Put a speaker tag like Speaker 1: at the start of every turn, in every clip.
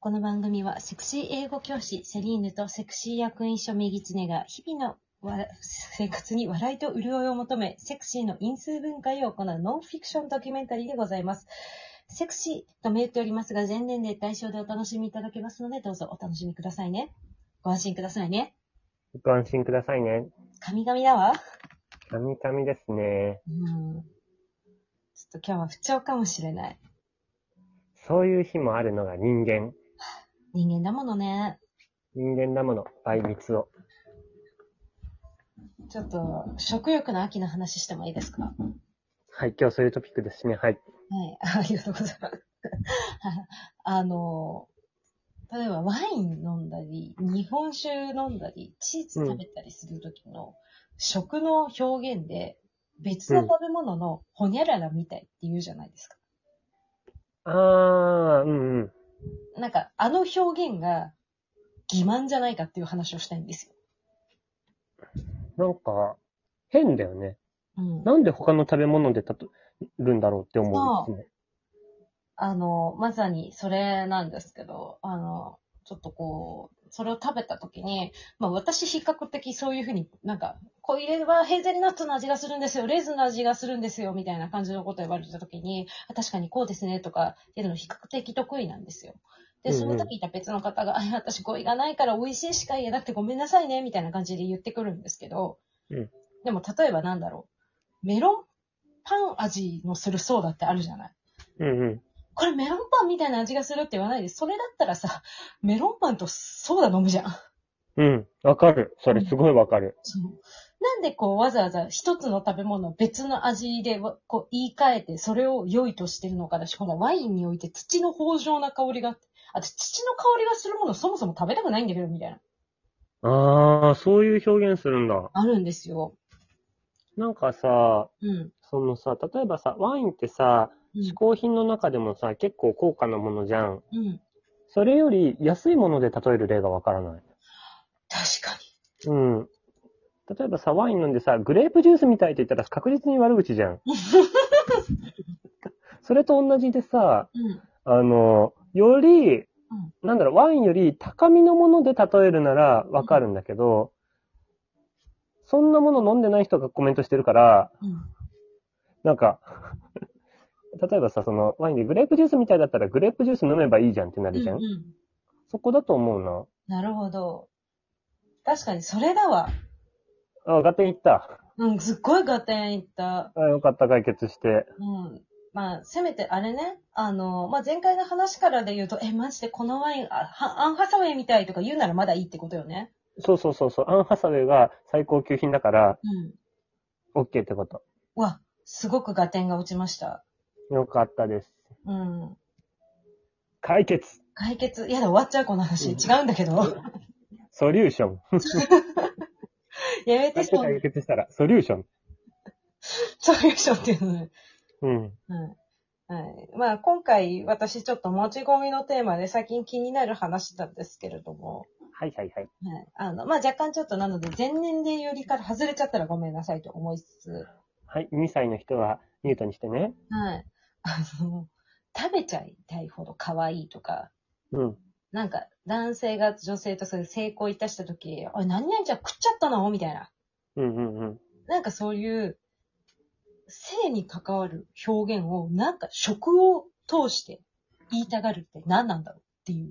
Speaker 1: この番組はセクシー英語教師セリーヌとセクシー役員署右狐が日々のわ 生活に笑いと潤いを求め、セクシーの因数分解を行うノンフィクションドキュメンタリーでございます。セクシーと銘打っておりますが、全年齢対象でお楽しみいただけますので、どうぞお楽しみくださいね。ご安心くださいね。
Speaker 2: ご安心くださいね。
Speaker 1: 神々だわ。
Speaker 2: 神々ですね。
Speaker 1: うん。ちょっと今日は不調かもしれない。
Speaker 2: そういう日もあるのが人間。
Speaker 1: 人間だものね。
Speaker 2: 人間だもの、倍率を。
Speaker 1: ちょっと、食欲の秋の話してもいいですかは
Speaker 2: はい、今日そういうトピックですね。はい。
Speaker 1: い。 ありがとうございます。あの、例えばワイン飲んだり、日本酒飲んだり、チーズ食べたりする時の食の表現で、別の食べ物のほにゃららみたいって言うじゃないですか。
Speaker 2: あー、うんうん。
Speaker 1: なんか、あの表現が欺瞞じゃないかっていう話をしたいんですよ。
Speaker 2: なんか、変だよね。
Speaker 1: うん。
Speaker 2: なんで他の食べ物で例えるんだろうって思う、ね。
Speaker 1: あの、まさにそれなんですけど、あの、ちょっとこう、それを食べたときに、まあ私比較的そういうふうになんか、これはヘーゼルナッツの味がするんですよ、レーズンの味がするんですよ、みたいな感じのことを言われたときに、あ確かにこうですね、とか、言うの比較的得意なんですよ。で、
Speaker 2: うんうん
Speaker 1: その時いた別の方が、あ私語彙がないから美味しいしか言えなくてごめんなさいね、みたいな感じで言ってくるんですけど、
Speaker 2: うん
Speaker 1: でも例えばなんだろう、メロンパン味のするソーダってあるじゃない
Speaker 2: うんうん。
Speaker 1: これメロンパンみたいな味がするって言わないで、それだったらさ、メロンパンとソーダ飲むじゃん。
Speaker 2: うん。わかる。それすごいわかる。
Speaker 1: そのなんでこうわざわざ一つの食べ物を別の味でわこう言い換えて、それを良いとしてるのかだし、ほらワインにおいて土の豊穣な香りがあって、私土の香りがするものそもそも食べたくないんだけど、みたいな。
Speaker 2: あー、そういう表現するんだ。
Speaker 1: あるんですよ。
Speaker 2: なんかさ、
Speaker 1: うん。
Speaker 2: そのさ、例えばさ、ワインってさ、
Speaker 1: う
Speaker 2: 嗜
Speaker 1: ん。
Speaker 2: 好品の中でもさ、結構高価なものじゃん。
Speaker 1: うん、
Speaker 2: それより安いもので例える例がわからない。
Speaker 1: 確かに。
Speaker 2: うん。例えばさ、ワイン飲んでさ、グレープジュースみたいって言ったら確実に悪口じ ゃん。それと同じでさ、
Speaker 1: うん。
Speaker 2: あの、より、
Speaker 1: ん
Speaker 2: なんだろう、ワインより高みのもので例えるならわかるんだけど、そんなもの飲んでない人がコメントしてるから、
Speaker 1: うん。
Speaker 2: なんか、 例えばさ、その、ワインでグレープジュースみたいだったらグレープジュース飲めばいいじゃんってな
Speaker 1: う
Speaker 2: る
Speaker 1: ん
Speaker 2: じゃん。
Speaker 1: うん。
Speaker 2: そこだと思う
Speaker 1: なるほど。確かに、それだわ。
Speaker 2: な。あ、ガテン行った。
Speaker 1: うん、すっごい合点いった。
Speaker 2: あよかった、解決して。
Speaker 1: うん。まあ、せめてあれね、あの、まあ、前回の話からで言うと、え、マジでこのワイン、あはアンハサウェイみたいとか言うならまだいいってことよね。
Speaker 2: そうそうそうそう、アンハサウェイが最高級品だから、
Speaker 1: うん。
Speaker 2: OK ってこと。
Speaker 1: わ、すごく合点が落ちました。
Speaker 2: よかったです。
Speaker 1: うん。
Speaker 2: 解決
Speaker 1: 解決、やだ、終わっちゃう、この話。
Speaker 2: うん
Speaker 1: 違うんだけど。
Speaker 2: ソリューション。
Speaker 1: やめて、
Speaker 2: 解
Speaker 1: そ
Speaker 2: 決
Speaker 1: う、
Speaker 2: 解決したら、ソリューション。
Speaker 1: そういう人っていうのね。
Speaker 2: うん。
Speaker 1: うんはい。まあ、今回、私ちょっと持ち込みのテーマで最近気になる話なんですけれども、
Speaker 2: はいはいは
Speaker 1: は
Speaker 2: い。
Speaker 1: い。あの、まあ、若干ちょっとなので、前年齢よりから外れちゃったらごめんなさいと思いつつ、
Speaker 2: はい、2歳の人はミュートにしてね。
Speaker 1: はい。あの、食べちゃいたいほど可愛いとか、
Speaker 2: うん。
Speaker 1: なんか男性が女性とそういう成功いたした時、あれ何々ちゃん食っちゃったのみたいな。
Speaker 2: うんうんうん。
Speaker 1: なんかそういう、性に関わる表現を、なんか食を通して言いたがるって何なんだろうってい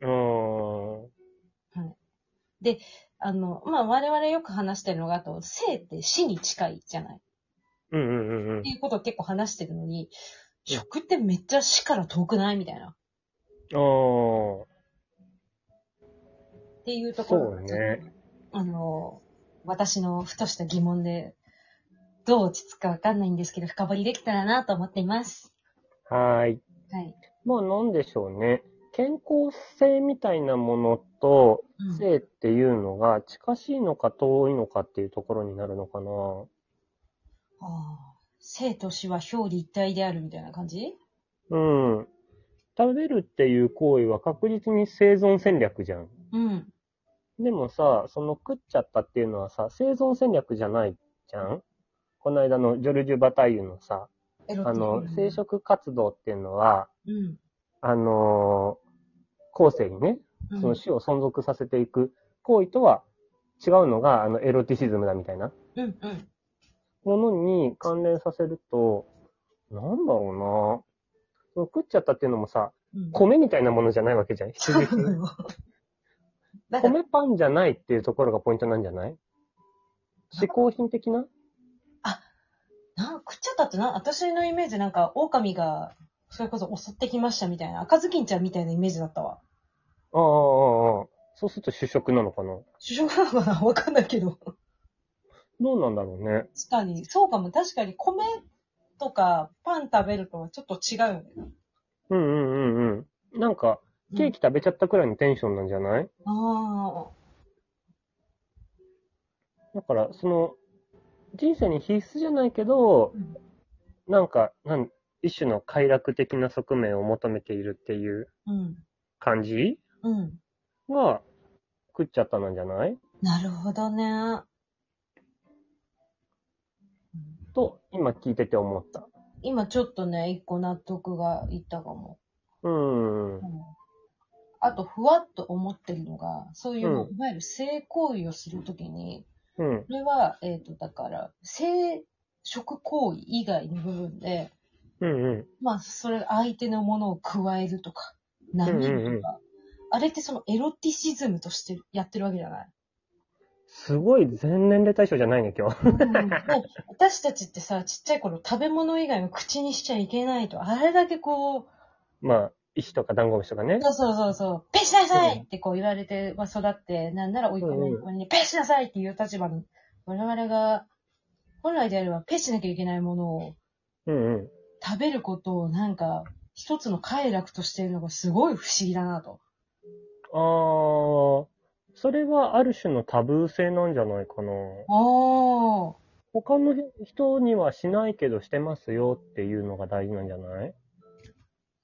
Speaker 1: う。
Speaker 2: うーん。
Speaker 1: あの、まあ、我々よく話してるのが、あと、性って死に近いじゃないっ
Speaker 2: うんうんうんうん
Speaker 1: て。いうことを結構話してるのに、
Speaker 2: うん
Speaker 1: 食ってめっちゃ死から遠くないみたいな。
Speaker 2: おー。
Speaker 1: っていうところが
Speaker 2: そうね
Speaker 1: あの、私のふとした疑問で、どう落ち着くかわかんないんですけど、深掘りできたらなと思っています。
Speaker 2: はーい。
Speaker 1: はい。
Speaker 2: まあなんでしょうね。健康性みたいなものと
Speaker 1: うん
Speaker 2: 性っていうのが近しいのか遠いのかっていうところになるのかな。
Speaker 1: ああ生と死は表裏一体であるみたいな感じ
Speaker 2: うん。食べるっていう行為は確実に生存戦略じゃん。
Speaker 1: うん。
Speaker 2: でもさ、その食っちゃったっていうのはさ、生存戦略じゃないじゃんこの間のジョルジュ・バタイユのさ、
Speaker 1: エ
Speaker 2: あの、生
Speaker 1: 殖。
Speaker 2: 殖活動っていうのは、
Speaker 1: うん。
Speaker 2: あの後世にね、
Speaker 1: うん
Speaker 2: その死を存続させていく行為とは違うのが、あの、エロティシズムだみたいな
Speaker 1: うんうん。
Speaker 2: ものに関連させると、なんだろうなその食っちゃったっていうのもさ、
Speaker 1: うん
Speaker 2: 米みたいなものじゃないわけじゃん。必 需
Speaker 1: そうなの
Speaker 2: 品
Speaker 1: よだから、
Speaker 2: 米パンじゃないっていうところがポイントなんじゃない嗜好品的な
Speaker 1: なん食っちゃったってな、私のイメージなんか、狼が、それこそ襲ってきましたみたいな、赤ずきんちゃんみたいなイメージだったわ。
Speaker 2: ああ、ああ、ああ。そうすると主食なのかな
Speaker 1: 主食なのかなわかんないけど。確
Speaker 2: どうなんだろうね。
Speaker 1: かに、そうかも。確かに、米とかパン食べるとはちょっと違うよね。
Speaker 2: うんうんうんうん。なんか、ケーキ食べちゃったくらいのテンションなんじゃない、
Speaker 1: あ
Speaker 2: だから、その、人生に必須じゃないけど、
Speaker 1: うん
Speaker 2: なんか、なん一種の快楽的な側面を求めているっていう
Speaker 1: あ、うん。
Speaker 2: 感じ
Speaker 1: うん。
Speaker 2: が、食っちゃったなんじゃない
Speaker 1: なるほどね。
Speaker 2: と、今聞いてて思った。
Speaker 1: 今ちょっとね、一個納得がいったかも。
Speaker 2: うん。うん
Speaker 1: あと、ふわっと思ってるのが、そういう、
Speaker 2: うん
Speaker 1: いわゆる性行為をするときに、。
Speaker 2: うん
Speaker 1: これは、えっ、と、だから、性食行為以外の部分で、
Speaker 2: うん。
Speaker 1: まあ、それ、相手のものを加えるとか、舐めるとか、
Speaker 2: うんうんうん
Speaker 1: あれってそのエロティシズムとしてやってるわけじゃない、
Speaker 2: すごい全年齢対象じゃないね、今日。
Speaker 1: で私たちってさ、ちっちゃい頃食べ物以外の口にしちゃいけないと、あれだけこう、
Speaker 2: まあ、石とかダンゴムシとかね。
Speaker 1: そうそうそうそう、ペシなさ
Speaker 2: う
Speaker 1: い
Speaker 2: ん
Speaker 1: ってこう言われて、まあ、育って、なんなら追い込め
Speaker 2: うん
Speaker 1: る
Speaker 2: うん
Speaker 1: 子に、ペシなさいっていう立場の、我々が、本来であればペシしなきゃいけないものを
Speaker 2: うんうん。
Speaker 1: 食べることをなんか、一つの快楽としているのがすごい不思議だなと。
Speaker 2: あー、それはある種のタブー性なんじゃないかな。
Speaker 1: おー。
Speaker 2: 他の人にはしないけどしてますよっていうのが大事なんじゃない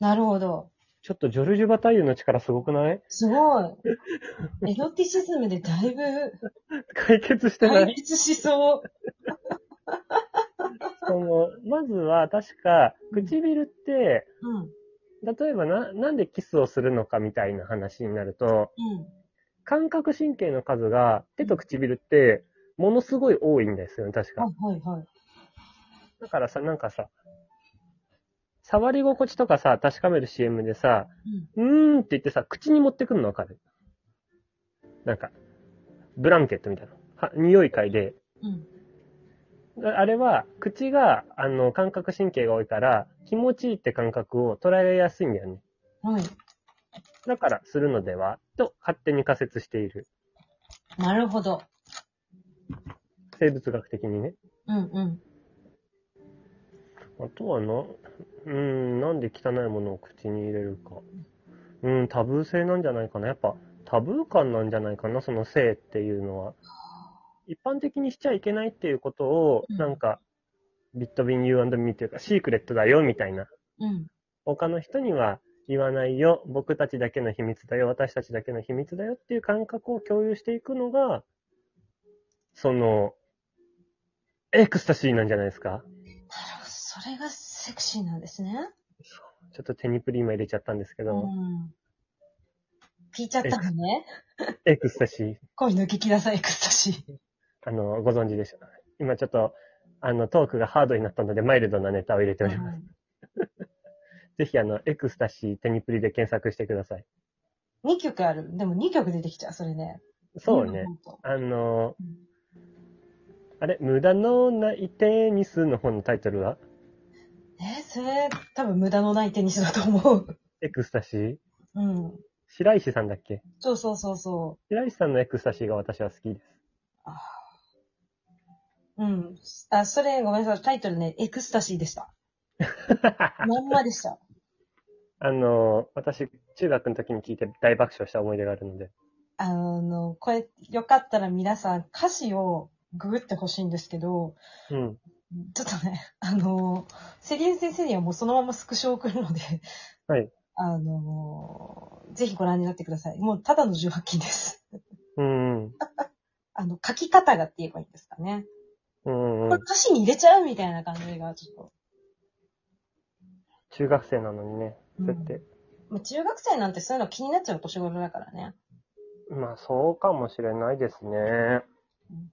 Speaker 1: なるほど。
Speaker 2: ちょっとジョルジュ・バタイユの力すごくない
Speaker 1: すごい。エロティシズムでだいぶ
Speaker 2: 解決してな
Speaker 1: 解
Speaker 2: い。
Speaker 1: 決しそう。
Speaker 2: そのまずは確か、唇って、
Speaker 1: うん。うん。
Speaker 2: 例えばな、なんでキスをするのかみたいな話になると、感覚神経の数が手と唇って、ものすごい多いんですよね、確か。
Speaker 1: はいはいはい。
Speaker 2: だからさ、なんかさ、触り心地とかさ、確かめる CM でさ、うーんって言ってさ、口に持ってくるのわかるなんか、ブランケットみたいな。は匂い嗅いで、
Speaker 1: うん。うん。
Speaker 2: ああれは、口が、あの、感覚神経が多いから、気持ちいいって感覚を捉えやすいんだよね。
Speaker 1: はい。
Speaker 2: だから、するのでは、と勝手に仮説している。
Speaker 1: なるほど。
Speaker 2: 生物学的にね。
Speaker 1: うんうん。
Speaker 2: あとはな、うーん、なんで汚いものを口に入れるか。うーん、タブー性なんじゃないかな。やっぱ、タブー感なんじゃないかな、その性っていうのは。一般的にしちゃいけないっていうことを、
Speaker 1: うん
Speaker 2: なんか、ビットビン You and Me というか、シークレットだよ、みたいな。
Speaker 1: うん。
Speaker 2: 他の人には言わないよ、僕たちだけの秘密だよ、私たちだけの秘密だよっていう感覚を共有していくのが、その、エクスタシーなんじゃないですか
Speaker 1: それがセクシーなんですね。
Speaker 2: ちょっと手にプリ今入れちゃったんですけ
Speaker 1: う
Speaker 2: ど。
Speaker 1: ん。聞いちゃったのね。
Speaker 2: エクスタシー。
Speaker 1: 恋の激ダサエクスタシー。
Speaker 2: あの、ご存知でした。今ちょっと、あの、トークがハードになったので、マイルドなネタを入れております。
Speaker 1: うん
Speaker 2: ぜひ、あの、エクスタシー、テニプリで検索してください。
Speaker 1: 2曲ある。でも2曲出てきちゃう、それね。
Speaker 2: そうね。あの、あれ、無駄のないテニスの本のタイトルは
Speaker 1: うん。え、それ、多分無駄のないテニスだと思う。
Speaker 2: エクスタシー
Speaker 1: うん。
Speaker 2: 白石さんだっけ
Speaker 1: そうそうそうそう。
Speaker 2: 白石さんのエクスタシーが私は好きです。
Speaker 1: うん。あ、それ、ごめんなさい。タイトルね、エクスタシーでした。まんまでした。
Speaker 2: あの、私、中学の時に聞いて大爆笑した思い出があるので。
Speaker 1: あの、これ、よかったら皆さん、歌詞をググってほしいんですけど、
Speaker 2: うん。
Speaker 1: ちょっとね、あの、セリエン先生にはもうそのままスクショを送るので、
Speaker 2: はい。
Speaker 1: あの、ぜひご覧になってください。もう、ただの18禁です。
Speaker 2: うんうん。
Speaker 1: あの、書き方がって言えばいいんですかね。
Speaker 2: うん
Speaker 1: これ
Speaker 2: うん。
Speaker 1: 歌詞に入れちゃうみたいな感じが、ちょっと。
Speaker 2: 中学生なのにね、そうやって
Speaker 1: まあ、中学生なんてそういうの気になっちゃう年頃だからね。
Speaker 2: まあ、そうかもしれないですね。
Speaker 1: うん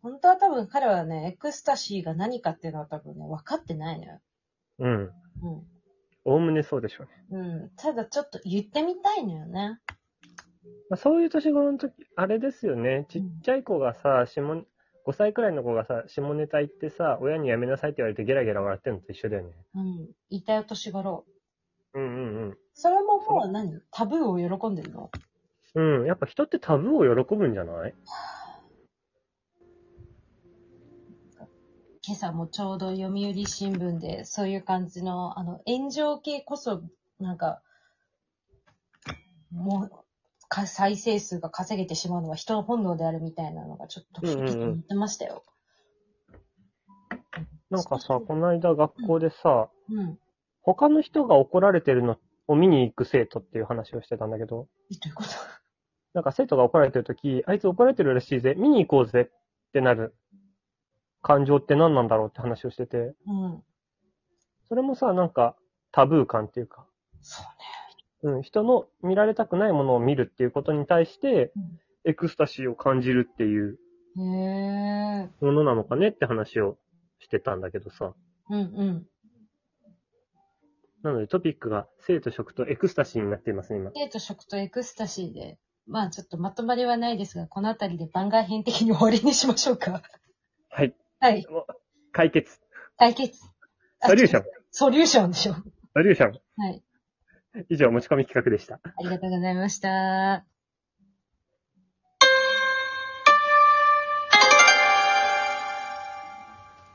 Speaker 1: 本当は多分彼はね、エクスタシーが何かっていうのは多分ね、分かってないのよ。
Speaker 2: うん。
Speaker 1: うん。
Speaker 2: おおむねそうでしょうね。
Speaker 1: うん。ただちょっと言ってみたいのよね。
Speaker 2: まあ、そういう年頃の時、あれですよね。ちっちゃい子がさ、下、5歳くらいの子がさ、下ネタ言ってさ、親にやめなさいって言われてゲラゲラ笑ってんのと一緒だよね。
Speaker 1: うん。言いたいお年頃。
Speaker 2: うんうん
Speaker 1: それももう何タブーを喜んでるの
Speaker 2: うん。うん。やっぱ人ってタブーを喜ぶんじゃない
Speaker 1: 今朝もちょうど読売新聞で、そういう感じの、あの、炎上系こそ、なんか、もう、か再生数が稼げてしまうのは人の本能であるみたいなのが、ちょっと時々言ってましたよ。
Speaker 2: なんかさ、この間学校でさ、
Speaker 1: うん。
Speaker 2: 他の人が怒られてるのを見に行く生徒っていう話をしてたんだけど、
Speaker 1: えどういうこと
Speaker 2: なんか生徒が怒られてるとき、あいつ怒られてるらしいぜ、見に行こうぜってなる感情って何なんだろうって話をしてて、
Speaker 1: うん。
Speaker 2: それもさ、なんかタブー感っていうか、
Speaker 1: そうね。
Speaker 2: うん、人の見られたくないものを見るっていうことに対して
Speaker 1: うん、
Speaker 2: エクスタシーを感じるっていう
Speaker 1: へえ。
Speaker 2: ものなのかねって話をしてたんだけどさ。
Speaker 1: うんうん。
Speaker 2: なのでトピックが生と食とエクスタシーになっていますね、今。
Speaker 1: デート食とエクスタシーで、まあちょっとまとまりはないですが、このあたりで番外編的に終わりにしましょうか。
Speaker 2: はい。
Speaker 1: はい。
Speaker 2: 解決。
Speaker 1: 対決。あ
Speaker 2: ソリューション。
Speaker 1: ソリューションでしょ。
Speaker 2: ソリューション。
Speaker 1: はい。
Speaker 2: 以上、持ち込み企画でした。
Speaker 1: ありがとうございました。